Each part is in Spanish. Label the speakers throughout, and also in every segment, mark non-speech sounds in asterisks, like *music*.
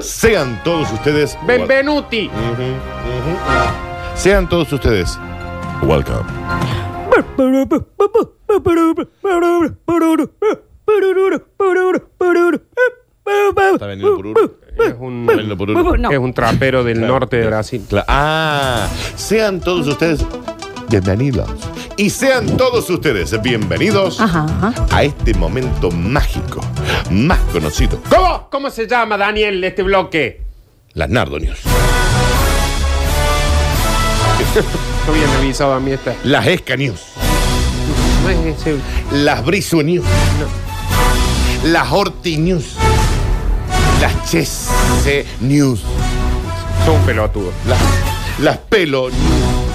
Speaker 1: Sean todos ustedes
Speaker 2: Benvenuti.
Speaker 1: Ujú, ujú. Sean todos ustedes welcome. Está vendiendo por Uru.
Speaker 2: Es un,
Speaker 1: Está vendiendo por Uru.
Speaker 3: No.
Speaker 2: es un trapero del norte de Brasil.
Speaker 1: Cla- Ah, sean todos ustedes bienvenidos. Y sean todos ustedes bienvenidos
Speaker 3: Ajá, ajá.
Speaker 1: a este momento mágico, más conocido como
Speaker 2: ¿Cómo? ¿Cómo se llama, Daniel, este bloque?
Speaker 1: las Nardo News.
Speaker 2: Estoy bien revisado a mí esta.
Speaker 1: Las Esca News.
Speaker 2: No es ese-
Speaker 1: Las Brisu News. Las Horti News. Las Chese News.
Speaker 2: Son un pelotudo.
Speaker 1: Las, las Pelo News.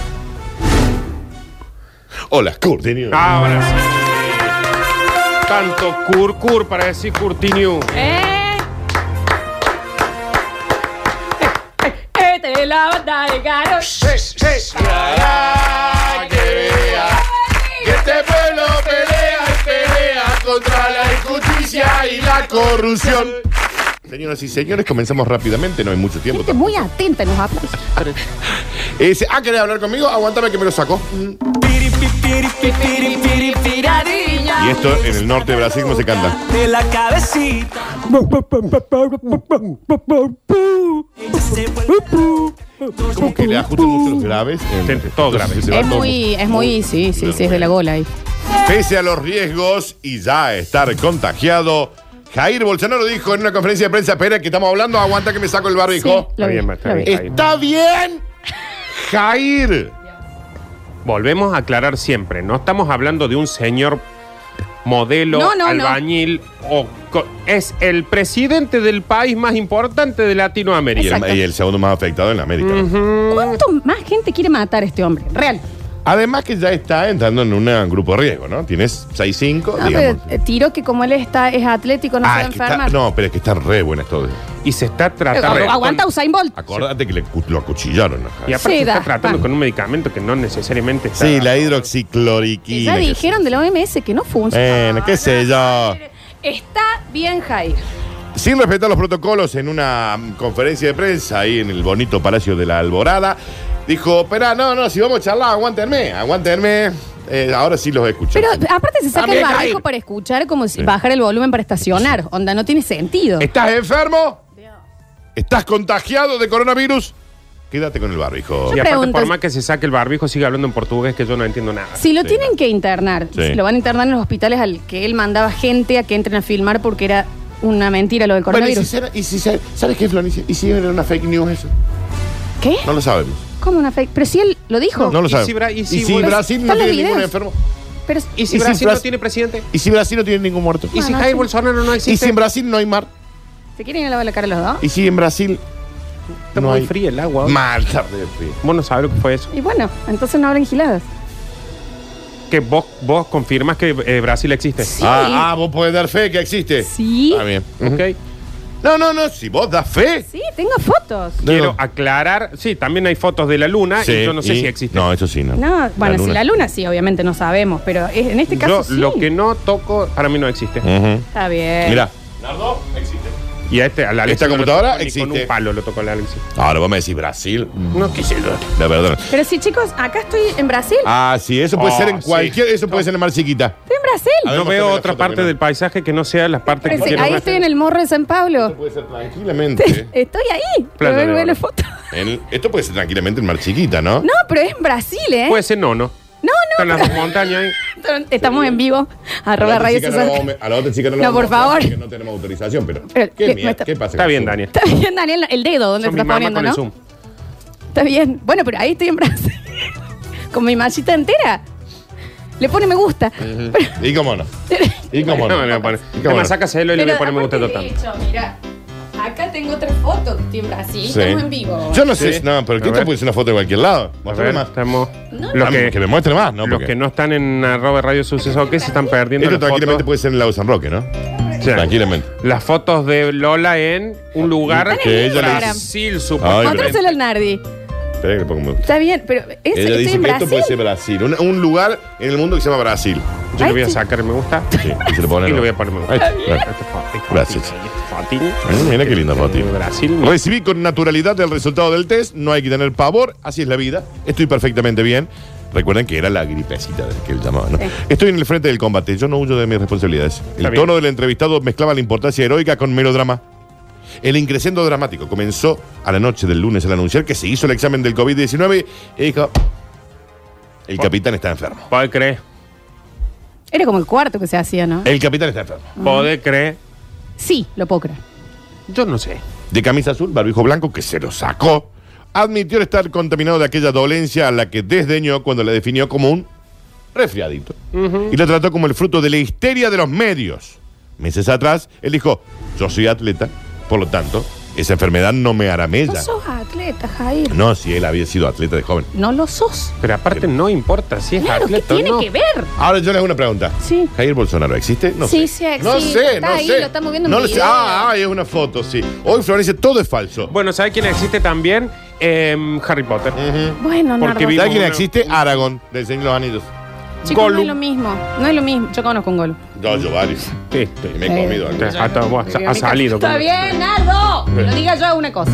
Speaker 1: O las Curti News.
Speaker 2: Ahora sí. Tanto curcur para decir curtiniu.
Speaker 3: Eh. Eh, eh, esta es la banda de Garo.
Speaker 1: Para que vea que este pueblo pelea y pelea contra la injusticia y la corrupción. Señoras y señores, comenzamos rápidamente, no hay mucho tiempo.
Speaker 3: Gente muy atenta en los aplausos.
Speaker 1: Eh, dice, ah, ¿querés hablar conmigo? Aguántame que me lo saco. Mm. Y esto en el norte de Brasil, ¿cómo se canta?
Speaker 4: De la cabecita.
Speaker 1: Como que le ajustan mucho los graves. en-
Speaker 2: Todo grave.
Speaker 1: se va
Speaker 3: Es
Speaker 1: todo-
Speaker 3: muy, es muy, sí, sí, sí, es de la gola ahí.
Speaker 1: Pese a los riesgos y ya estar contagiado, Jair Bolsonaro dijo en una conferencia de prensa, espera que estamos hablando, aguanta que me saco el barbijo.
Speaker 3: Lo
Speaker 2: Está
Speaker 3: vi,
Speaker 2: bien, está
Speaker 3: lo vi.
Speaker 2: bien.
Speaker 1: Está bien, Jair.
Speaker 2: Volvemos a aclarar siempre. No estamos hablando de un señor modelo,
Speaker 3: No, no, no.
Speaker 2: albañil o co- es el presidente del país más importante de
Speaker 1: Y
Speaker 2: Latinoamérica.
Speaker 1: el,
Speaker 3: Exacto.
Speaker 1: y el segundo más afectado en América.
Speaker 3: Eh, ¿Cuánto más gente quiere matar a este hombre? Real.
Speaker 1: Además que ya está entrando en un eh, grupo de riesgo, ¿no? Tienes 6-5,
Speaker 3: No,
Speaker 1: digamos.
Speaker 3: pero, eh, tiro que como él está, es atlético, no se va
Speaker 1: Ah,
Speaker 3: a
Speaker 1: es que está,
Speaker 3: enfermar.
Speaker 1: no, pero es que están re buenas todas.
Speaker 2: Y se está
Speaker 3: Eh,
Speaker 2: tratando.
Speaker 3: agu- Aguanta
Speaker 2: con-
Speaker 3: Usain Bolt.
Speaker 1: Acordate que le cu- lo acuchillaron. ¿no?
Speaker 2: Y aparte
Speaker 3: Sí,
Speaker 2: se
Speaker 3: da,
Speaker 2: está tratando
Speaker 3: va.
Speaker 2: con un medicamento que no necesariamente está.
Speaker 1: Sí, la
Speaker 3: Que ya
Speaker 1: hidroxicloriquina. que-
Speaker 3: dijeron de la OMS que no funciona.
Speaker 1: Bueno, qué sé yo.
Speaker 3: Está bien, Jair.
Speaker 1: Sin respetar los protocolos, en una mm, conferencia de prensa ahí en el bonito Palacio de la Alborada, dijo, espera, no, no, si vamos a charlar, aguántenme, aguántenme. Eh, ahora sí los escucho.
Speaker 3: Pero aparte se saca el
Speaker 1: También,
Speaker 3: barbijo
Speaker 1: Jair.
Speaker 3: para escuchar como si bajar el volumen para estacionar. Onda, no tiene sentido.
Speaker 1: ¿Estás enfermo? ¿Estás contagiado de coronavirus? Quédate con el barbijo.
Speaker 2: Y aparte,
Speaker 3: Preguntas.
Speaker 2: por más que se saque el barbijo, sigue hablando en portugués que yo no entiendo nada.
Speaker 3: Si lo
Speaker 1: Sí.
Speaker 3: tienen que internar,
Speaker 1: Sí.
Speaker 3: si lo van a internar en los hospitales al que él mandaba gente a que entren a filmar porque era una mentira lo del
Speaker 1: Bueno, y si,
Speaker 3: coronavirus.
Speaker 1: será- y si será- ¿sabes qué, Florencia? ¿Y si era una fake news eso?
Speaker 3: ¿Qué?
Speaker 1: No lo sabemos.
Speaker 3: ¿Cómo una fake? Pero si él lo dijo.
Speaker 1: No, lo
Speaker 2: ¿y
Speaker 1: sabemos.
Speaker 2: si Bra- y si Bra-
Speaker 1: Brasil no
Speaker 3: ¿Están los
Speaker 1: tiene ningún
Speaker 3: videos?
Speaker 1: enfermo?
Speaker 3: Pero,
Speaker 2: ¿Y si
Speaker 1: ¿Y si
Speaker 2: Brasil
Speaker 1: Brasil-
Speaker 2: no tiene presidente?
Speaker 1: ¿Y si Brasil no tiene ningún muerto?
Speaker 2: ¿Y si
Speaker 3: Bueno,
Speaker 2: Jair
Speaker 3: sí.
Speaker 2: Bolsonaro no
Speaker 1: ¿Y si
Speaker 2: existe?
Speaker 1: en Brasil no hay mar?
Speaker 3: ¿Se quieren ir a lavar la cara los dos?
Speaker 1: ¿Y si en Brasil
Speaker 2: Está
Speaker 1: no
Speaker 2: muy
Speaker 1: hay
Speaker 2: fría el agua. ahora.
Speaker 1: mar? Tarde, frío.
Speaker 2: Vos no sabés lo que fue eso.
Speaker 3: Y bueno, entonces no hablan giladas.
Speaker 2: Que vos, vos confirmas que eh, Brasil existe.
Speaker 3: Sí.
Speaker 1: Ah, ah, vos podés dar fe que existe.
Speaker 3: Sí.
Speaker 1: Está bien.
Speaker 2: Ok.
Speaker 1: No, no, no, si vos das fe.
Speaker 3: Sí, tengo fotos.
Speaker 2: Quiero
Speaker 1: No.
Speaker 2: aclarar, sí, también hay fotos de la luna
Speaker 1: Sí,
Speaker 2: Ah, y yo no sé
Speaker 1: y-
Speaker 2: si existe.
Speaker 1: No, eso sí, no.
Speaker 3: No, bueno, si
Speaker 1: luna.
Speaker 3: la luna sí, obviamente no sabemos, pero es- en este
Speaker 2: yo
Speaker 3: caso sí.
Speaker 2: lo que no toco, para mí no existe.
Speaker 1: Ujú.
Speaker 3: Está bien.
Speaker 1: Mirá.
Speaker 2: Y a este, al Alexis.
Speaker 1: Esta
Speaker 2: no lo
Speaker 1: computadora
Speaker 2: tocó ni Con
Speaker 1: existe.
Speaker 2: un palo lo tocó el Alexis.
Speaker 1: Ahora vos me decís Brasil.
Speaker 2: No, qué sé yo.
Speaker 1: La verdad.
Speaker 3: Pero sí, chicos, acá estoy en Brasil.
Speaker 1: Ah, sí, eso puede
Speaker 2: Oh,
Speaker 1: ser en
Speaker 2: sí.
Speaker 1: cualquier. Eso puede ser en Mar Chiquita.
Speaker 3: Estoy en Brasil.
Speaker 1: A ver,
Speaker 2: No
Speaker 1: mostrame
Speaker 2: veo
Speaker 1: la
Speaker 2: otra
Speaker 1: foto
Speaker 2: parte
Speaker 1: que no.
Speaker 2: del paisaje que no sea las partes que
Speaker 3: Pero sí,
Speaker 2: quiero
Speaker 3: ahí
Speaker 2: ver.
Speaker 3: estoy en el morro de San Pablo.
Speaker 1: Puede ser tranquilamente.
Speaker 3: Estoy ahí.
Speaker 2: Playa
Speaker 3: Pero
Speaker 2: de
Speaker 3: veo
Speaker 2: Oro.
Speaker 3: la foto.
Speaker 1: En- esto puede ser tranquilamente en Mar Chiquita, ¿no?
Speaker 3: No, pero es en Brasil, ¿eh?
Speaker 2: Puede ser no,
Speaker 3: no,
Speaker 2: no.
Speaker 3: no.
Speaker 2: Pues, Están las dos montañas ahí.
Speaker 3: *laughs* Estamos en vivo.
Speaker 1: A la
Speaker 3: Arroba
Speaker 1: otra
Speaker 3: Radio
Speaker 1: chica no
Speaker 3: César.
Speaker 1: lo vamos- A la otra chica no lo
Speaker 3: No,
Speaker 1: vamos a
Speaker 3: por
Speaker 1: mostrar
Speaker 3: favor.
Speaker 1: porque No tenemos autorización, pero.
Speaker 3: Pero,
Speaker 1: ¿Qué,
Speaker 3: ¿qué-
Speaker 1: mierda?
Speaker 3: me está-
Speaker 1: ¿Qué pasa?
Speaker 2: Está
Speaker 1: con
Speaker 2: bien,
Speaker 1: Zoom?
Speaker 2: Daniel.
Speaker 3: Está bien, Daniel, el dedo donde
Speaker 2: Son
Speaker 3: te
Speaker 2: mis
Speaker 3: estás
Speaker 2: manos
Speaker 3: poniendo,
Speaker 2: con el
Speaker 3: ¿no?
Speaker 2: zoom.
Speaker 3: Está bien. Bueno, pero ahí estoy en Brasil. *laughs* Con mi mallita entera. Le pone me gusta.
Speaker 1: *laughs* ¿Y cómo no? ¿Y cómo
Speaker 2: No,
Speaker 1: no?
Speaker 2: no, no, pone-
Speaker 1: ¿Y
Speaker 2: Es
Speaker 1: cómo no?
Speaker 2: más, sácaselo y le voy a poner me gusta
Speaker 3: aparte
Speaker 2: total.
Speaker 3: de hecho, mira, acá tengo otra foto que estoy en Brasil.
Speaker 1: Sí.
Speaker 3: Estamos en vivo.
Speaker 1: Yo no
Speaker 2: Sí.
Speaker 1: sé, no, pero
Speaker 2: A
Speaker 1: que esto
Speaker 2: ver.
Speaker 1: puede ser una foto de cualquier lado.
Speaker 2: A
Speaker 1: Mostrame
Speaker 2: ver,
Speaker 1: más.
Speaker 2: estamos.
Speaker 3: No,
Speaker 2: Los
Speaker 1: Ah,
Speaker 2: que,
Speaker 1: que me muestre más, ¿no?
Speaker 2: los
Speaker 1: Porque
Speaker 2: que no están en arroba radio suceso que se están perdiendo
Speaker 1: esto
Speaker 2: las
Speaker 1: tranquilamente
Speaker 2: fotos,
Speaker 1: puede ser en Lago San Roque, ¿no?
Speaker 2: Sí.
Speaker 1: Tranquilamente.
Speaker 2: las fotos de Lola en un lugar
Speaker 3: Están en
Speaker 2: que
Speaker 1: ella le dice-
Speaker 2: Brasil,
Speaker 1: Ay,
Speaker 2: supuestamente.
Speaker 3: Mostrárselo al Nardi.
Speaker 1: Espera que le pongo un me gusta.
Speaker 3: Está bien, pero es,
Speaker 1: Ella
Speaker 3: estoy
Speaker 1: dice
Speaker 3: en
Speaker 1: que
Speaker 3: Brasil.
Speaker 1: esto puede ser Brasil. Un, un lugar en el mundo que se llama Brasil.
Speaker 2: Yo le voy a
Speaker 3: Ay,
Speaker 2: sacar me gusta. Este
Speaker 1: Sí, y se lo pone
Speaker 2: *laughs* Y
Speaker 1: en-
Speaker 2: lo voy a poner me gusta.
Speaker 1: Ahí está.
Speaker 2: Esta foto, esta
Speaker 1: Gracias.
Speaker 2: fotito, esta fotito.
Speaker 1: Mm, Mira qué linda foto.
Speaker 2: En este Brasil.
Speaker 1: Recibí con naturalidad el resultado del test, no hay que tener pavor, así es la vida. Estoy perfectamente bien. Recuerden que era la gripecita de la que él llamaba, ¿no?
Speaker 3: Sí.
Speaker 1: Estoy en el frente del combate, yo no huyo de mis responsabilidades.
Speaker 2: Está
Speaker 1: el
Speaker 2: bien.
Speaker 1: tono del entrevistado mezclaba la importancia heroica con melodrama. El increciendo dramático comenzó a la noche del lunes al anunciar que se hizo el examen del COVID-19 y dijo, el capitán está enfermo.
Speaker 2: Podés creer.
Speaker 3: Era como el cuarto que se hacía, ¿no?
Speaker 1: El capitán está enfermo.
Speaker 3: Ah.
Speaker 2: Podés creer.
Speaker 3: Sí, lo puedo creer.
Speaker 2: Yo no sé.
Speaker 1: de camisa azul, barbijo blanco, que se lo sacó, admitió estar contaminado de aquella dolencia a la que desdeñó cuando la definió como un resfriadito. Y la trató como el fruto de la histeria de los medios. Meses atrás, él dijo, yo soy atleta, por lo tanto, esa enfermedad no me hará
Speaker 3: No
Speaker 1: mella.
Speaker 3: sos atleta, Jair.
Speaker 1: No, si él había sido atleta de joven.
Speaker 3: No lo sos.
Speaker 2: Pero aparte no importa si es
Speaker 3: Claro, ¿qué
Speaker 2: atleta o
Speaker 3: tiene
Speaker 2: no.
Speaker 3: que ver?
Speaker 1: Ahora yo le hago una pregunta.
Speaker 3: Sí.
Speaker 1: ¿Jair Bolsonaro existe? No
Speaker 3: Sí, sí
Speaker 1: sé.
Speaker 3: existe.
Speaker 1: No sé,
Speaker 3: Está
Speaker 1: no
Speaker 3: ahí,
Speaker 1: sé.
Speaker 3: lo estamos viendo en
Speaker 1: no
Speaker 3: un
Speaker 1: lo sé.
Speaker 3: video.
Speaker 1: Ah, ah, es una foto, sí. Hoy Florencia todo es falso.
Speaker 2: Bueno, ¿sabe quién existe también? Em, Harry Potter.
Speaker 1: Mm.
Speaker 3: Bueno,
Speaker 2: Porque
Speaker 3: Nardo.
Speaker 2: vi-
Speaker 1: ¿Sabes quién
Speaker 2: una-
Speaker 1: existe? Aragón, del Señor de los Anillos.
Speaker 3: Chicos, no
Speaker 2: Gollum.
Speaker 3: es lo mismo. No es lo mismo. Yo conozco un gol.
Speaker 1: Yo, yo, varios.
Speaker 2: Sí.
Speaker 1: Y me he comido algo.
Speaker 2: Ha, ha- ha salido.
Speaker 3: Está bien, Nardo. Que lo diga yo una cosa.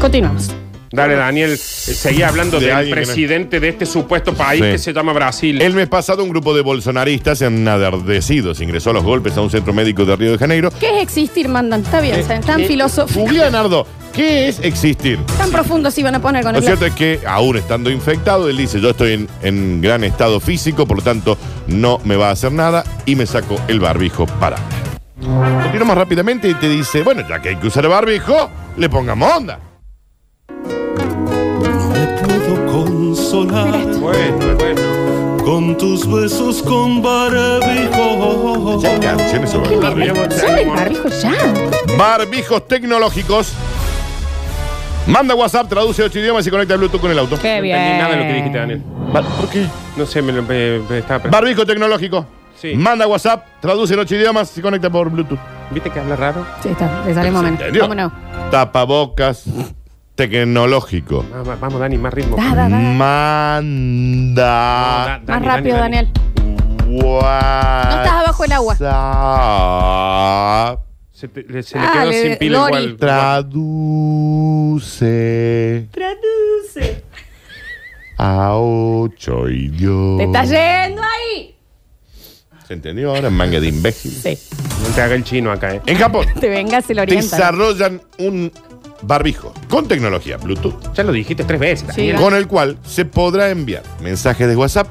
Speaker 3: Continuamos.
Speaker 2: Dale, Daniel. Seguía hablando
Speaker 1: De
Speaker 2: del
Speaker 1: alguien que no-
Speaker 2: presidente de este supuesto país
Speaker 1: Sí.
Speaker 2: que se llama Brasil.
Speaker 1: El mes pasado un grupo de bolsonaristas enardecidos ingresó a los golpes a un centro médico de Río de Janeiro.
Speaker 3: ¿Qué es existir, mandan? Está
Speaker 2: Eh,
Speaker 3: bien, sean tan filósofos.
Speaker 1: Julián Nardo, ¿qué es existir?
Speaker 3: Tan profundos iban a poner con
Speaker 1: Lo
Speaker 3: el
Speaker 1: cierto es que, aún estando infectado, él dice, yo estoy en, en gran estado físico, por lo tanto, no me va a hacer nada y me saco el barbijo para. Continuamos rápidamente y te dice, bueno, ya que hay que usar barbijo, le pongamos onda.
Speaker 4: Me puedo consolar
Speaker 2: Bueno, bueno.
Speaker 4: con tus besos, con barbijo.
Speaker 1: Ya hay canciones sobre el barbijo.
Speaker 3: Sobre el barbijo ya.
Speaker 1: Barbijos tecnológicos. Manda WhatsApp, traduce ocho idiomas y conecta Bluetooth con el auto.
Speaker 3: Qué
Speaker 2: No entendí nada de lo que dijiste, Daniel.
Speaker 1: Bar- ¿Por qué?
Speaker 2: No sé, me lo me- me estaba pre-
Speaker 1: Barbijo tecnológico.
Speaker 2: Sí.
Speaker 1: Manda WhatsApp, traduce en ocho idiomas y conecta por Bluetooth.
Speaker 2: ¿Viste que habla raro?
Speaker 3: Sí, está, le sale un momento.
Speaker 1: ¿Entendió?
Speaker 3: ¿Cómo no?
Speaker 1: Tapabocas tecnológico.
Speaker 2: Ah, va- Vamos, Mm. Dani, más ritmo.
Speaker 3: Da, da, da.
Speaker 1: Manda.
Speaker 3: Más
Speaker 2: Dani, Dani,
Speaker 3: rápido, Daniel.
Speaker 1: WhatsApp.
Speaker 3: No estás abajo del
Speaker 2: Se, te- le- se le
Speaker 3: Ah,
Speaker 2: quedó
Speaker 3: le-
Speaker 2: sin pila
Speaker 3: Lori.
Speaker 2: igual.
Speaker 1: Traduce
Speaker 3: Traduce.
Speaker 1: a ocho idiomas.
Speaker 3: Te está yendo ahí.
Speaker 1: ¿Se entendió ahora? Manga de imbécil.
Speaker 3: Sí.
Speaker 2: No te haga el chino acá, ¿eh?
Speaker 1: En Japón.
Speaker 3: Te venga, se lo orienta.
Speaker 1: desarrollan un barbijo con tecnología Bluetooth,
Speaker 2: Ya lo dijiste tres veces,
Speaker 3: Sí,
Speaker 2: Daniel.
Speaker 3: Mira.
Speaker 1: con el cual se podrá enviar mensajes de WhatsApp,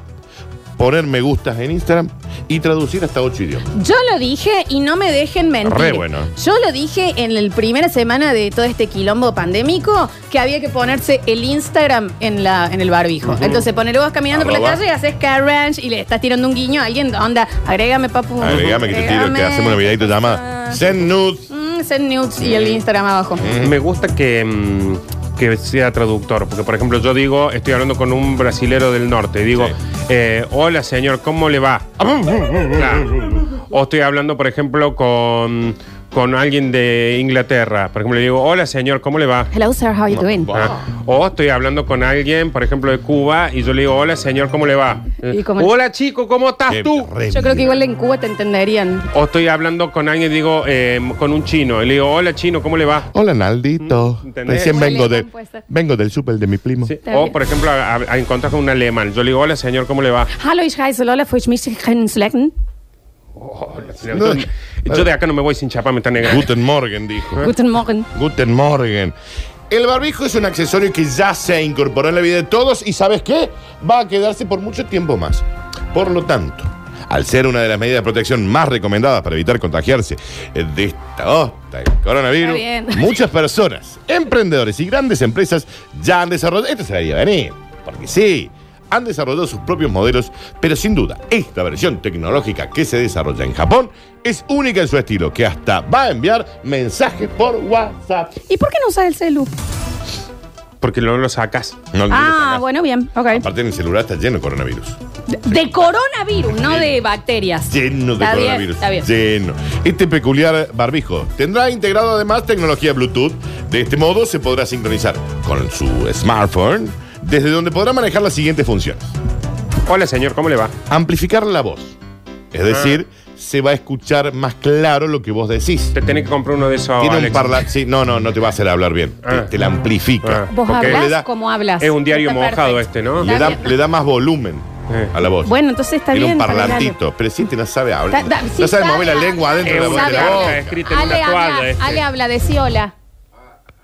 Speaker 1: poner me gustas en Instagram y traducir hasta ocho idiomas.
Speaker 3: Yo lo dije y no me dejen mentir.
Speaker 1: Re bueno.
Speaker 3: Yo lo dije en la primera semana de todo este quilombo pandémico que había que ponerse el Instagram en, la, en el barbijo. Entonces, ponelo vos caminando por la
Speaker 1: Arroba.
Speaker 3: calle y haces ranch y le estás tirando un guiño a alguien. Onda, agrégame, papu.
Speaker 1: Agregame que te tiro, que hacemos una videito llamada Send Nudes.
Speaker 3: Mm, send nudes y el Instagram abajo.
Speaker 2: Me gusta que, mm, que sea traductor, porque por ejemplo yo digo, estoy hablando con un brasilero del norte, y digo,
Speaker 1: Sí.
Speaker 2: eh, hola señor, ¿cómo le va? Claro. O estoy hablando, por ejemplo, con, con alguien de Inglaterra, por ejemplo, le digo, hola señor, ¿cómo le va?
Speaker 3: Hello, sir, how are you doing?
Speaker 2: Ah, O estoy hablando con alguien, por ejemplo, de Cuba, y yo le digo, hola señor, ¿cómo le va? Eh,
Speaker 3: ¿Y cómo le-
Speaker 2: hola chico, ¿cómo estás
Speaker 1: Qué
Speaker 2: tú?
Speaker 1: re-
Speaker 3: Yo creo que igual en Cuba te entenderían.
Speaker 2: O estoy hablando con alguien, digo, eh, con un chino, y le digo, hola chino, ¿cómo le va?
Speaker 1: Hola, Naldito.
Speaker 2: ¿Entendés?
Speaker 1: Recién
Speaker 3: Huele
Speaker 1: vengo, de,
Speaker 3: compuesta.
Speaker 1: vengo del súper de mi primo.
Speaker 2: Sí.
Speaker 3: Está
Speaker 2: O,
Speaker 3: bien.
Speaker 2: por ejemplo, a, a- a encontrar con un alemán, yo le digo, hola señor, ¿cómo le va?
Speaker 3: Hallo, ich heiße Lola, für mich Slecken.
Speaker 1: No.
Speaker 2: Yo de acá no me voy sin chapa, me está negando.
Speaker 1: Guten Morgen, dijo.
Speaker 3: Guten Morgen.
Speaker 1: Guten Morgen. El barbijo es un accesorio que ya se incorporó en la vida de todos y ¿sabes qué? Va a quedarse por mucho tiempo más. Por lo tanto, al ser una de las medidas de protección más recomendadas para evitar contagiarse eh, de esta hosta del
Speaker 3: Está
Speaker 1: coronavirus,
Speaker 3: bien.
Speaker 1: muchas personas, emprendedores y grandes empresas ya han desarrollado... Esto se veía venir, porque sí, han desarrollado sus propios modelos, pero sin duda, esta versión tecnológica que se desarrolla en Japón es única en su estilo, que hasta va a enviar mensajes por WhatsApp.
Speaker 3: ¿Y por qué no usas el celu?
Speaker 2: Porque no lo sacas.
Speaker 1: No,
Speaker 3: Ah,
Speaker 1: no,
Speaker 3: bueno, bien, ok.
Speaker 1: Aparte en el celular está lleno de coronavirus.
Speaker 3: De, de coronavirus, no de bacterias.
Speaker 1: Lleno de
Speaker 3: Está bien,
Speaker 1: coronavirus.
Speaker 3: está bien.
Speaker 1: Lleno. Este peculiar barbijo tendrá integrado además tecnología Bluetooth. De este modo se podrá sincronizar con su smartphone, desde donde podrá manejar las siguientes funciones.
Speaker 2: Hola señor, ¿cómo le va?
Speaker 1: Amplificar la voz. Es decir, se va a escuchar más claro lo que vos decís.
Speaker 2: Te tenés que comprar uno de esos.
Speaker 1: Tiene un
Speaker 2: Alex.
Speaker 1: parla... Sí, no, no, no te va a hacer hablar bien. Te,
Speaker 2: Ah.
Speaker 1: te la amplifica.
Speaker 2: Ah.
Speaker 3: Vos
Speaker 2: Ok.
Speaker 1: Le
Speaker 3: hablas
Speaker 1: da-
Speaker 3: como hablas.
Speaker 2: Es un diario
Speaker 3: Está
Speaker 2: mojado
Speaker 3: perfecto.
Speaker 2: este, ¿no?
Speaker 1: Le,
Speaker 3: Está
Speaker 1: da,
Speaker 3: bien.
Speaker 1: le da más volumen
Speaker 2: Eh.
Speaker 1: a la voz.
Speaker 3: Bueno, entonces está
Speaker 1: Era
Speaker 3: bien.
Speaker 1: un
Speaker 3: para hablar.
Speaker 1: parlantito, pero sí te no sabe hablar.
Speaker 3: Ta- ta- sí
Speaker 1: no sabe
Speaker 3: sabe
Speaker 1: mover la
Speaker 3: hablar.
Speaker 1: lengua adentro de la
Speaker 2: Es
Speaker 1: boca.
Speaker 2: una
Speaker 1: de la
Speaker 2: carta
Speaker 1: boca.
Speaker 2: escrita en una
Speaker 3: Ale
Speaker 2: toalla.
Speaker 3: habla,
Speaker 2: este.
Speaker 3: Ale habla, decí hola.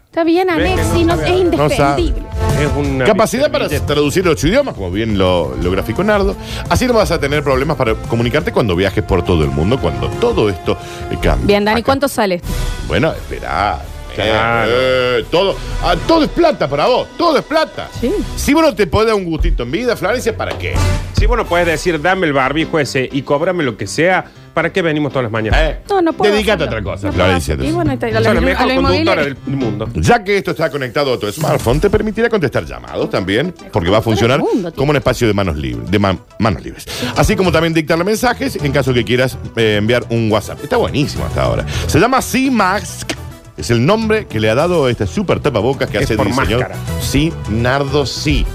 Speaker 3: Está bien,
Speaker 2: que
Speaker 3: Alexi,
Speaker 2: no
Speaker 3: no, es
Speaker 2: sabe
Speaker 1: hablar. No sabe.
Speaker 3: indefendible.
Speaker 2: Es una
Speaker 1: Capacidad para
Speaker 2: servilleta.
Speaker 1: traducir ocho idiomas, como bien lo, lo graficó Nardo. Así no vas a tener problemas para comunicarte cuando viajes por todo el mundo, cuando todo esto eh, cambie.
Speaker 3: Bien, Dani,
Speaker 1: Acá-
Speaker 3: ¿cuánto sale?
Speaker 1: Bueno, espera. Eh,
Speaker 2: Claro.
Speaker 1: todo, ah, todo es plata para vos, todo es plata.
Speaker 3: Sí.
Speaker 1: Si vos no te podés dar un gustito en vida, Florencia, ¿para qué?
Speaker 2: Sí, bueno, puedes decir, dame el barbijo ese y cóbrame lo que sea. ¿Para qué venimos todas las mañanas?
Speaker 1: Eh,
Speaker 3: No, no puedo.
Speaker 1: Dedicate a
Speaker 3: hacerlo.
Speaker 1: otra cosa,
Speaker 3: No puedo
Speaker 1: Florencia.
Speaker 3: hacerlo. Y bueno, está- a Eh, lo
Speaker 2: Soy la
Speaker 3: mismo- a
Speaker 2: mejor
Speaker 3: lo mismo
Speaker 2: conductora
Speaker 3: dile-
Speaker 2: del mundo.
Speaker 1: Ya que esto está conectado a tu smartphone, te permitirá contestar llamados también, porque va a funcionar como un espacio de manos libres, de ma- manos libres. Así como también dictarle mensajes en caso que quieras eh, enviar un WhatsApp. Está buenísimo hasta ahora. Se llama C-Mask. Es el nombre que le ha dado este super tapabocas que
Speaker 2: Es
Speaker 1: hace el
Speaker 2: por
Speaker 1: diseñador.
Speaker 2: máscara.
Speaker 1: Sí, Nardo, sí.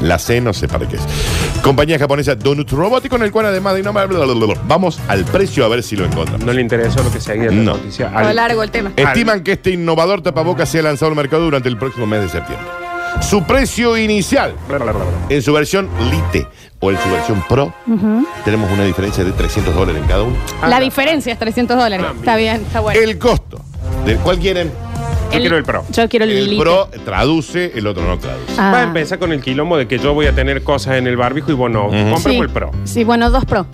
Speaker 1: La C no sé para qué es. Compañía japonesa Donut Robotic, con el cual además de nombrar, bla, bla, bla, bla. vamos al precio a ver si lo encontramos.
Speaker 2: No le interesó lo que seguía en la
Speaker 1: No.
Speaker 2: noticia.
Speaker 3: Estaba
Speaker 2: Al-
Speaker 3: largo el tema.
Speaker 1: Estiman que este innovador tapabocas sea lanzado al mercado durante el próximo mes de septiembre. Su precio inicial
Speaker 2: Bla, bla, bla, bla.
Speaker 1: en su versión Lite o en su versión Pro tenemos una diferencia de 300 dólares en cada uno.
Speaker 3: La diferencia es 300
Speaker 2: Ah,
Speaker 3: dólares. Está bien, está bueno.
Speaker 1: El costo del cual quieren
Speaker 2: Yo quiero el pro.
Speaker 3: Yo quiero el,
Speaker 1: el
Speaker 3: Lite.
Speaker 1: Pro traduce, el otro no traduce.
Speaker 3: Ah.
Speaker 2: Va a empezar con el quilombo de que yo voy a tener cosas en el barbijo y vos no. Compremos
Speaker 3: Sí.
Speaker 2: el pro.
Speaker 3: Sí, bueno, dos Pro.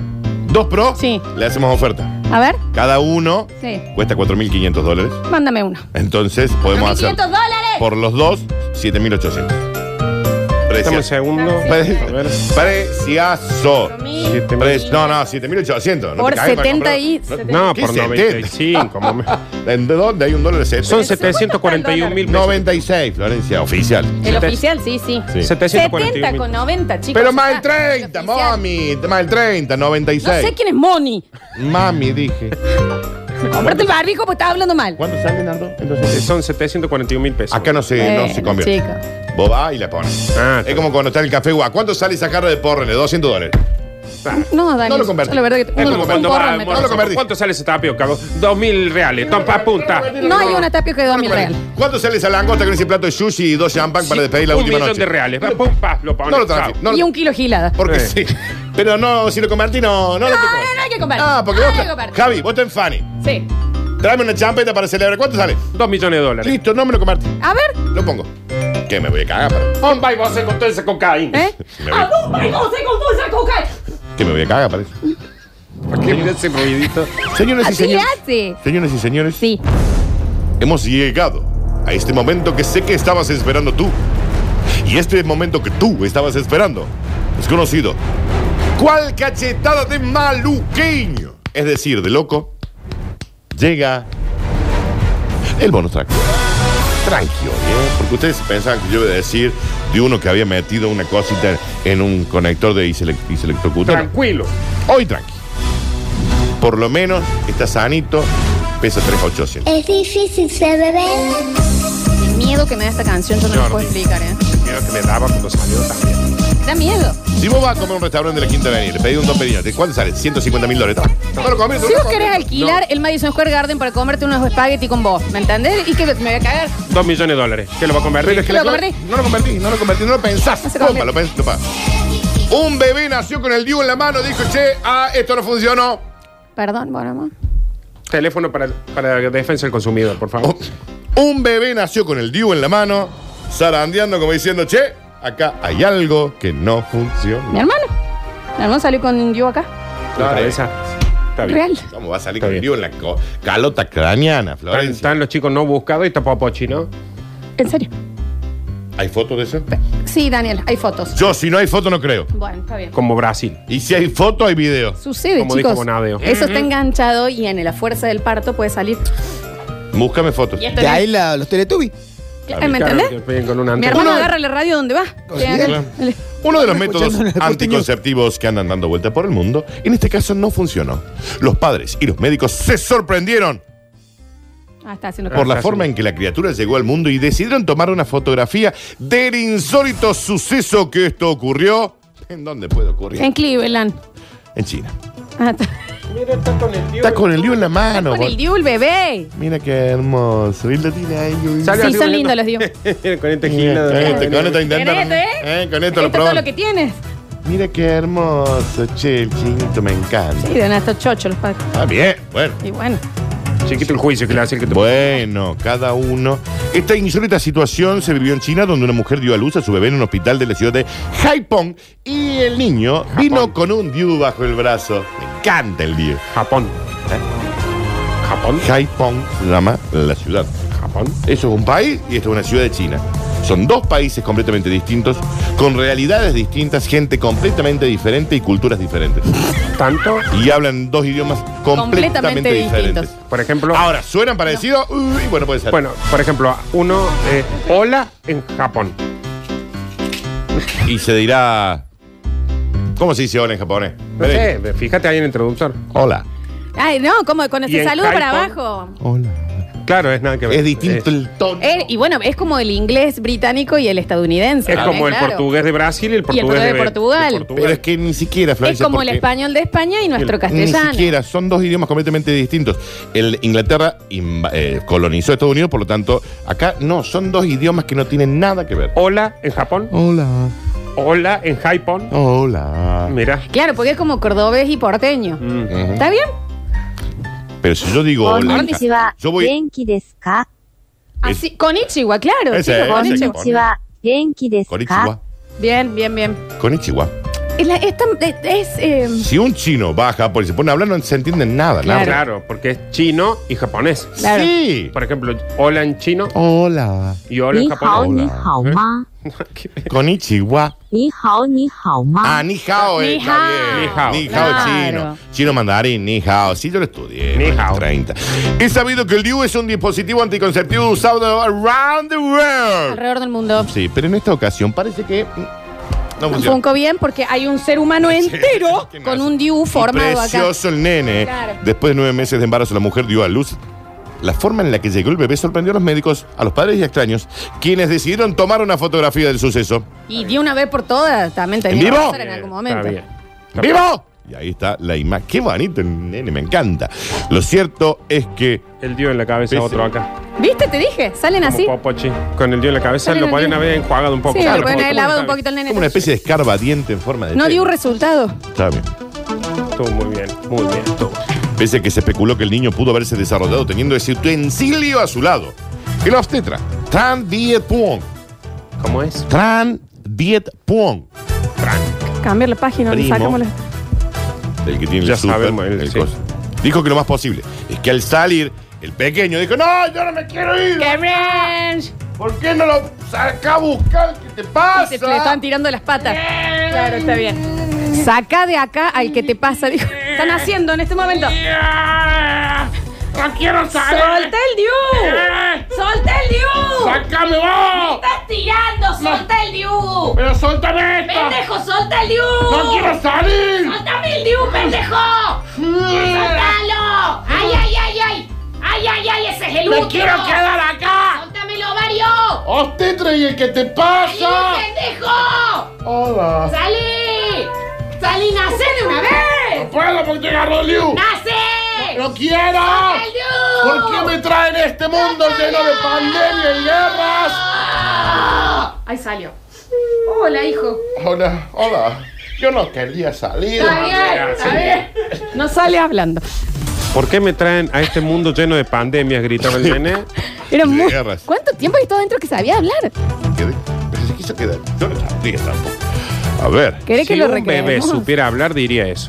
Speaker 1: Dos Pro
Speaker 3: Sí.
Speaker 1: le hacemos oferta.
Speaker 3: A ver,
Speaker 1: Cada uno
Speaker 3: Sí.
Speaker 1: cuesta 4.500 dólares.
Speaker 3: mándame uno.
Speaker 1: Entonces podemos hacer
Speaker 3: 500 dólares!
Speaker 1: por los dos 7.800.
Speaker 2: Dame un
Speaker 1: Precio.
Speaker 2: segundo. A ver.
Speaker 1: Preciazo.
Speaker 3: Mil.
Speaker 1: Pres- No, no, 7800. No
Speaker 3: Por
Speaker 1: te cagues para
Speaker 3: 70
Speaker 1: comprarlo.
Speaker 3: y-
Speaker 2: No,
Speaker 1: ¿Qué
Speaker 2: por
Speaker 1: 70?
Speaker 2: 95. mami.
Speaker 1: ¿De dónde hay un dólar de 70?
Speaker 2: Son
Speaker 3: Pero ¿cuánto está el
Speaker 2: 741 mil pesos.
Speaker 1: 96, Florencia, oficial.
Speaker 3: El
Speaker 2: Sete-
Speaker 3: oficial, sí, sí.
Speaker 1: Sí.
Speaker 3: 70
Speaker 2: 741
Speaker 3: con
Speaker 2: mil.
Speaker 3: 90, chicos.
Speaker 1: Pero más el
Speaker 3: está.
Speaker 1: 30,
Speaker 3: El oficial.
Speaker 1: mami. Más el 30,
Speaker 3: No
Speaker 1: 96.
Speaker 3: sé quién es Moni.
Speaker 1: Mami, dije.
Speaker 3: Comprate el barbijo porque estás hablando mal.
Speaker 1: ¿Cuándo sale, Nardo? Entonces,
Speaker 2: Son 741 mil pesos.
Speaker 1: acá no se, no
Speaker 3: Bueno,
Speaker 1: se convierte.
Speaker 3: Eh, chico.
Speaker 1: Vos vas y la pones.
Speaker 2: Ah,
Speaker 1: es
Speaker 2: está
Speaker 1: como cuando está en el café guá. ¿Cuánto sale sacarlo de porrele? 200 dólares.
Speaker 3: No, Dani.
Speaker 1: No lo convertí.
Speaker 3: yo La verdad que
Speaker 1: No
Speaker 3: un-
Speaker 1: lo
Speaker 3: un
Speaker 1: convertí.
Speaker 2: ¿Cuánto,
Speaker 3: porro
Speaker 2: va-
Speaker 3: me
Speaker 1: no lo
Speaker 3: trajo.
Speaker 1: convertí.
Speaker 2: ¿Cuánto sale ese tapioca? Dos mil reales. Tompa punta.
Speaker 3: No hay una tapia que de 2000 real.
Speaker 1: ¿Cuánto sale esa langosta con ese plato de sushi y dos champán para despedir la
Speaker 2: un
Speaker 1: última
Speaker 2: millón
Speaker 1: noche?
Speaker 2: de reales. Va, pum, pa, lo
Speaker 1: No
Speaker 2: pones.
Speaker 1: lo
Speaker 2: Chao. Eh.
Speaker 1: transfieres. No,
Speaker 3: Y
Speaker 1: lo-
Speaker 3: un kilo gilada.
Speaker 1: Porque sí.
Speaker 2: Sí.
Speaker 1: Pero no, si lo convertí, no. No, lo
Speaker 3: no,
Speaker 1: tengo.
Speaker 3: no hay que convertir.
Speaker 1: Ah, porque
Speaker 3: No
Speaker 1: vos.
Speaker 3: hay que
Speaker 1: ta-
Speaker 3: convertir.
Speaker 1: Javi, vos en Fanny.
Speaker 3: Sí.
Speaker 1: Tráeme una champeta para celebrar. ¿Cuánto sale?
Speaker 2: Dos millones de dólares.
Speaker 1: Listo, no me lo convertí.
Speaker 3: A
Speaker 1: *laughs*
Speaker 3: ver,
Speaker 1: Lo pongo. ¿Qué me voy a cagar? Para?
Speaker 2: Bomba y vos con todo ese cocaína.
Speaker 3: ¿eh?
Speaker 1: Me voy.
Speaker 3: ¡A Dubai, no sé con dulce coca!
Speaker 1: ¿Qué me voy a cagar? Para? eso?
Speaker 2: ¿Por qué mira ese ruidito?
Speaker 1: Señoras y
Speaker 3: Así le
Speaker 1: señores.
Speaker 3: hace.
Speaker 1: Señoras y señores,
Speaker 3: Sí.
Speaker 1: hemos llegado a este momento que sé que estabas esperando tú. Y este momento que tú estabas esperando es conocido. ¿Cuál cachetada de maluqueño? Es decir, de loco, llega el bonus track. Tranquilo, ¿eh? Porque ustedes pensaban que yo iba a decir de uno que había metido una cosita en un conector de y se, le- y se electrocutó.
Speaker 2: Tranquilo.
Speaker 1: Hoy tranqui. Por lo menos está sanito, pesa 3.800.
Speaker 5: Es difícil ser bebé.
Speaker 3: El miedo que me da esta canción yo no
Speaker 2: Yo
Speaker 3: lo
Speaker 2: no
Speaker 3: puedo
Speaker 2: digo.
Speaker 3: explicar, ¿eh?
Speaker 2: El miedo que me daba cuando salió también.
Speaker 3: Da miedo.
Speaker 1: Si vos vas a comer a un restaurante de la Quinta Avenida, le pedís un Don Periñote, ¿cuánto sale? 150 mil dólares. No lo comes, no
Speaker 3: Si
Speaker 1: lo
Speaker 3: vos
Speaker 1: comes.
Speaker 3: querés alquilar el Madison Square Garden para comerte unos espagueti con vos, ¿me entendés? Y que me voy a cagar.
Speaker 2: Dos millones de dólares. ¿Qué lo va a
Speaker 1: Pero
Speaker 2: convertir?
Speaker 1: es que
Speaker 3: ¿Lo
Speaker 1: la cosa-
Speaker 3: convertí?
Speaker 1: no lo convertí, no lo convertí, no lo pensás.
Speaker 3: No se
Speaker 1: Pumba,
Speaker 3: convierte.
Speaker 1: lo pens- lo pa- Un bebé nació con el Diu en la mano, dijo, che, ah, esto no funcionó.
Speaker 3: Perdón, bueno, amor.
Speaker 2: Teléfono para, para la defensa del consumidor, por favor.
Speaker 1: Un- Oh. Un bebé nació con el Diu en la mano, zarandeando como diciendo, che, acá hay algo que no
Speaker 3: Mi
Speaker 1: funciona.
Speaker 3: hermano. Mi hermano salió con un yo acá.
Speaker 2: La
Speaker 1: Dale.
Speaker 2: cabeza. Está bien.
Speaker 3: Real.
Speaker 1: ¿Cómo va a salir
Speaker 2: Está
Speaker 1: con el
Speaker 2: bien.
Speaker 1: Diu en la co- calota craniana,
Speaker 2: Están,
Speaker 1: Florencia?
Speaker 2: están los chicos no buscados y está Popochi, ¿no?
Speaker 3: En serio.
Speaker 1: ¿Hay fotos de eso?
Speaker 3: Sí, Daniel, hay fotos.
Speaker 1: Yo, si no hay foto, no creo.
Speaker 3: Bueno, está bien.
Speaker 2: Como Brasil.
Speaker 1: Y si hay foto, hay video.
Speaker 3: Sucede,
Speaker 2: Como dijo
Speaker 3: chicos.
Speaker 2: Bonadeo.
Speaker 3: Eso está enganchado y en la fuerza del parto puede salir.
Speaker 1: Búscame fotos.
Speaker 3: Y esto
Speaker 6: De
Speaker 3: no-
Speaker 6: ahí la- los Teletubbies.
Speaker 3: Claro, ¿Me
Speaker 2: Claro,
Speaker 3: entendés?
Speaker 2: que peguen con una
Speaker 3: Mi
Speaker 2: antena.
Speaker 3: hermano
Speaker 1: Uno-
Speaker 3: agarra la radio donde va.
Speaker 6: Claro.
Speaker 3: Le-
Speaker 1: Uno de los
Speaker 6: Escuchando
Speaker 1: métodos
Speaker 6: en el
Speaker 1: anticonceptivos que andan dando vuelta por el mundo, en este caso no funcionó. Los padres y los médicos se sorprendieron
Speaker 3: Ah, está haciendo
Speaker 1: por
Speaker 3: cosas.
Speaker 1: la forma en que la criatura llegó al mundo y decidieron tomar una fotografía del insólito suceso que esto ocurrió. ¿En dónde puede ocurrir?
Speaker 3: En Cleveland.
Speaker 1: En China.
Speaker 3: Ah, está.
Speaker 1: Está con el lío en la mano.
Speaker 3: Con el
Speaker 1: bol-
Speaker 3: Diu, el bebé.
Speaker 1: Mira qué hermoso. Y lo tiene ahí. uy.
Speaker 2: Sale
Speaker 3: Sí,
Speaker 2: así
Speaker 3: son
Speaker 2: con
Speaker 3: lindos
Speaker 2: esto.
Speaker 3: los
Speaker 2: *laughs* con este gila.
Speaker 1: Mira, eh, Con esto intentaron.
Speaker 3: Tenete, ¿eh?
Speaker 1: Eh, Con
Speaker 3: Esto
Speaker 1: esto lo
Speaker 3: es todo lo
Speaker 1: probaron.
Speaker 3: que tienes.
Speaker 1: Mira qué hermoso. Che, el chinito me encanta.
Speaker 3: Sí, dan hasta chocho los padres.
Speaker 1: Ah, bien. Bueno.
Speaker 3: Y bueno.
Speaker 1: este-
Speaker 2: Chiquito el juicio que le hace el que te
Speaker 1: Bueno, cada uno. Esta insólita situación se vivió en China, donde una mujer dio a luz a su bebé en un hospital de la ciudad de Haipong y el niño vino con un diu bajo el brazo. Me encanta el diu.
Speaker 2: Japón. ¿Eh? Japón.
Speaker 1: Haipong se llama la ciudad.
Speaker 2: Japón.
Speaker 1: Eso es un país y esto es una ciudad de China. Son dos países completamente distintos, con realidades distintas, gente completamente diferente y culturas diferentes.
Speaker 2: Tanto,
Speaker 1: Y hablan dos idiomas completamente,
Speaker 3: Completamente
Speaker 1: diferentes.
Speaker 3: distintos.
Speaker 2: por ejemplo.
Speaker 1: Ahora, ¿suenan parecidos? Uy, bueno, puede ser.
Speaker 2: Bueno, por ejemplo, uno, eh, hola en Japón.
Speaker 1: Y se dirá. ¿Cómo se dice hola en japonés?
Speaker 2: No sé, fíjate ahí en el introductor.
Speaker 1: Hola.
Speaker 3: Ay, no, como con
Speaker 2: Y
Speaker 3: ese
Speaker 2: en
Speaker 3: saludo para
Speaker 2: Haipong.
Speaker 3: abajo.
Speaker 1: Hola.
Speaker 2: Claro, es nada que ver.
Speaker 1: Es distinto
Speaker 2: Eh,
Speaker 1: el tono.
Speaker 3: Eh, y bueno, es como el inglés británico y el estadounidense.
Speaker 2: es
Speaker 3: también,
Speaker 2: como el
Speaker 3: Ah, claro.
Speaker 2: portugués de Brasil y el portugués,
Speaker 3: portugués de
Speaker 2: Be-
Speaker 3: Portugal.
Speaker 1: Pero es que ni siquiera,
Speaker 3: Es
Speaker 1: Florencia,
Speaker 3: como el
Speaker 1: porque
Speaker 3: español de España y nuestro
Speaker 1: Ni
Speaker 3: castellano.
Speaker 1: siquiera, son dos idiomas completamente distintos. El Inglaterra inva- eh, colonizó Estados Unidos, por lo tanto, acá no, son dos idiomas que no tienen nada que ver.
Speaker 2: Hola en Japón.
Speaker 6: Hola.
Speaker 2: Hola en Japón.
Speaker 1: Hola.
Speaker 2: Mira.
Speaker 3: Claro, porque es como cordobés y porteño. ¿Está bien?
Speaker 1: Pero si yo digo hola, acá,
Speaker 7: Konnichiwa.
Speaker 1: yo voy.
Speaker 7: 元気ですか
Speaker 3: Así, con Ichiwa, claro. chicos,
Speaker 1: Ese, ese,
Speaker 3: con Ichiwa.
Speaker 7: こんにちは元気ですか
Speaker 1: Konichiwa.
Speaker 3: Bien, bien, bien.
Speaker 1: Konichiwa.
Speaker 3: Es la- es tan- es, eh,
Speaker 1: Si un chino va a Japón y se pone a hablar, no se entiende nada,
Speaker 2: Claro.
Speaker 3: Claro.
Speaker 1: nada.
Speaker 2: porque es chino y japonés.
Speaker 3: Claro.
Speaker 1: Sí.
Speaker 2: Por ejemplo, hola en chino
Speaker 1: Hola.
Speaker 2: y hola
Speaker 7: 你
Speaker 2: en
Speaker 7: 好
Speaker 2: japonés.
Speaker 7: 你
Speaker 3: *laughs*
Speaker 7: 好吗
Speaker 1: Konichiwa.
Speaker 7: 你好你好
Speaker 1: Ah,
Speaker 7: 吗
Speaker 1: ni hao, eh,
Speaker 3: Ni
Speaker 1: está
Speaker 3: hao.
Speaker 1: bien.
Speaker 2: Ni hao.
Speaker 1: Ni hao
Speaker 3: Claro.
Speaker 1: chino. Chino mandarín, ni hao. Sí, yo lo estudié.
Speaker 2: Ni
Speaker 1: en
Speaker 2: hao.
Speaker 1: 30. He sabido que el DIU es un dispositivo anticonceptivo usado around the world.
Speaker 3: alrededor del mundo.
Speaker 1: Sí, pero en esta ocasión parece que mm, no funciona.
Speaker 3: Funco bien porque hay un ser humano entero
Speaker 1: ¿Qué más?
Speaker 3: con un Diu
Speaker 1: Y
Speaker 3: formado acá.
Speaker 1: Precioso el nene. eh.
Speaker 3: Claro.
Speaker 1: Después de nueve meses de embarazo, la mujer dio a luz. La forma en la que llegó el bebé sorprendió a los médicos, a los padres y extraños, quienes decidieron tomar una fotografía del suceso.
Speaker 3: Y de una vez por todas también
Speaker 1: ¿En
Speaker 3: tenía que
Speaker 1: vivo?
Speaker 3: pasar en algún momento.
Speaker 2: Está bien.
Speaker 1: ¡Vivo! Y ahí está la imagen. ¡Qué bonito, nene! Me encanta. Lo cierto es que.
Speaker 2: El dio en la cabeza,
Speaker 1: Pese-
Speaker 2: otro acá.
Speaker 3: ¿Viste? Te dije, salen así.
Speaker 2: Como Popochi. Con el dio en la cabeza
Speaker 3: Sale
Speaker 2: lo
Speaker 3: el
Speaker 2: pueden
Speaker 3: dio.
Speaker 2: haber enjuagado un poco.
Speaker 3: Sí,
Speaker 2: Claro,
Speaker 3: le pueden
Speaker 2: porque
Speaker 3: haber
Speaker 2: como
Speaker 3: lavado un
Speaker 2: está-
Speaker 3: poquito el nene.
Speaker 1: Como una especie de escarbadiente en forma de.
Speaker 3: No dio un
Speaker 1: pene.
Speaker 3: resultado.
Speaker 1: Está bien.
Speaker 2: Estuvo muy bien, muy bien. estuvo.
Speaker 1: Pese a que se especuló que el niño pudo haberse desarrollado teniendo ese utensilio a su lado. El obstetra. Tran Diet Puong.
Speaker 2: ¿Cómo es?
Speaker 1: Tran Diet Puong.
Speaker 3: Cambiar la página, le
Speaker 1: Primo.
Speaker 3: sacamos la.
Speaker 1: El que tiene
Speaker 2: Ya
Speaker 1: el súper,
Speaker 2: sabemos, el-
Speaker 1: el
Speaker 2: sí.
Speaker 1: coso. Dijo que lo más posible. Es que al salir, el pequeño dijo: No, yo no me quiero ir.
Speaker 3: ¡Qué ranch!
Speaker 1: ¿Por qué no lo saca a buscar? ¿Qué te
Speaker 3: Y
Speaker 1: pasa?
Speaker 3: se le están tirando las patas. Claro, está bien. Saca de acá al que te pasa, dijo. Están haciendo en este momento.
Speaker 8: ¡No quiero ¡Eh!
Speaker 3: ¡Solta el Diu! ¡Solta el Diu!
Speaker 8: ¡Sácame vos!
Speaker 3: ¡Estás tirando! ¡Solta el Diu!
Speaker 8: ¡Pero suéltame esto!
Speaker 3: ¡Pendejo, solta el Diu!
Speaker 8: ¡No quiero salir!
Speaker 3: ¡Soltame el Diu, pendejo! ¡Soltalo! ¡Ay, ay, ay, ay! ¡Ay,
Speaker 5: ese es el
Speaker 8: ¡Me
Speaker 5: último.
Speaker 8: quiero quedar acá!
Speaker 5: ¡Soltame el ovario!
Speaker 8: ¡Obstetra y el que te pasa!
Speaker 5: ¡Salí, pendejo!
Speaker 8: ¡Hola!
Speaker 5: ¡Salí! ¡Salí, nacé de una vez!
Speaker 8: ¡No puedo porque te agarró Liu!
Speaker 5: ¡Nacé!
Speaker 8: ¡No quiero!
Speaker 5: ¡Saca el Liu!
Speaker 8: ¿Por qué me traen a este mundo lleno de pandemia y guerras?
Speaker 5: ¡Ah! Ahí salió. Hola, hijo.
Speaker 8: Hola, hola. Yo no quería salir.
Speaker 5: Está bien, está bien.
Speaker 3: No sale hablando.
Speaker 2: ¿Por qué me traen a este mundo lleno de pandemias? Gritaba el nene.
Speaker 3: Era
Speaker 1: Y de
Speaker 3: muy-
Speaker 1: guerras.
Speaker 3: ¿Cuánto tiempo he estado adentro que sabía hablar?
Speaker 1: ¿Querés? Pero se quiso quedar. Yo no sabía tampoco. A ver.
Speaker 3: ¿Querés
Speaker 2: Si
Speaker 3: que lo
Speaker 2: un bebé
Speaker 3: recreemos?
Speaker 2: supiera hablar, diría eso.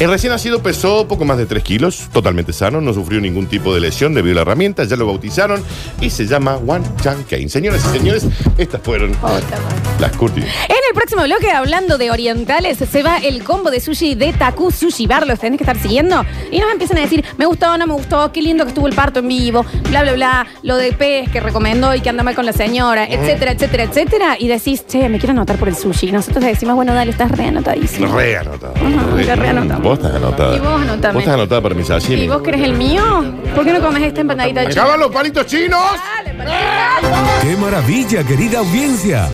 Speaker 1: El recién nacido pesó poco más de 3 kilos, totalmente sano, no sufrió ningún tipo de lesión debido a la herramienta, ya lo bautizaron y se llama Wan Chan Kane. Señoras y señores, estas fueron
Speaker 3: Oh,
Speaker 1: las curtis.
Speaker 3: En el próximo bloque, hablando de orientales, se va el combo de sushi de Taku Sushi Bar. Los tenés que estar siguiendo. Y nos empiezan a decir, me gustó, no me gustó, qué lindo que estuvo el parto en vivo, bla, bla, bla, lo de pez que recomendó y que anda mal con la señora, etcétera, etcétera, etcétera. Y decís, che, me quiero anotar por el sushi. Y nosotros le decimos, bueno, dale, estás reanotadísimo.
Speaker 1: Re anotada.
Speaker 3: Ajá,
Speaker 1: Re-
Speaker 3: ya re anotamos.
Speaker 1: Vos estás anotada.
Speaker 3: Y vos anotame.
Speaker 1: Vos estás anotada para mi sashimi.
Speaker 3: ¿Y vos querés el mío? ¿Por qué no comes esta empanadita de chile?
Speaker 1: ¡Acaban los palitos chinos!
Speaker 3: Dale, panadita.
Speaker 9: ¡Qué maravilla, querida audiencia!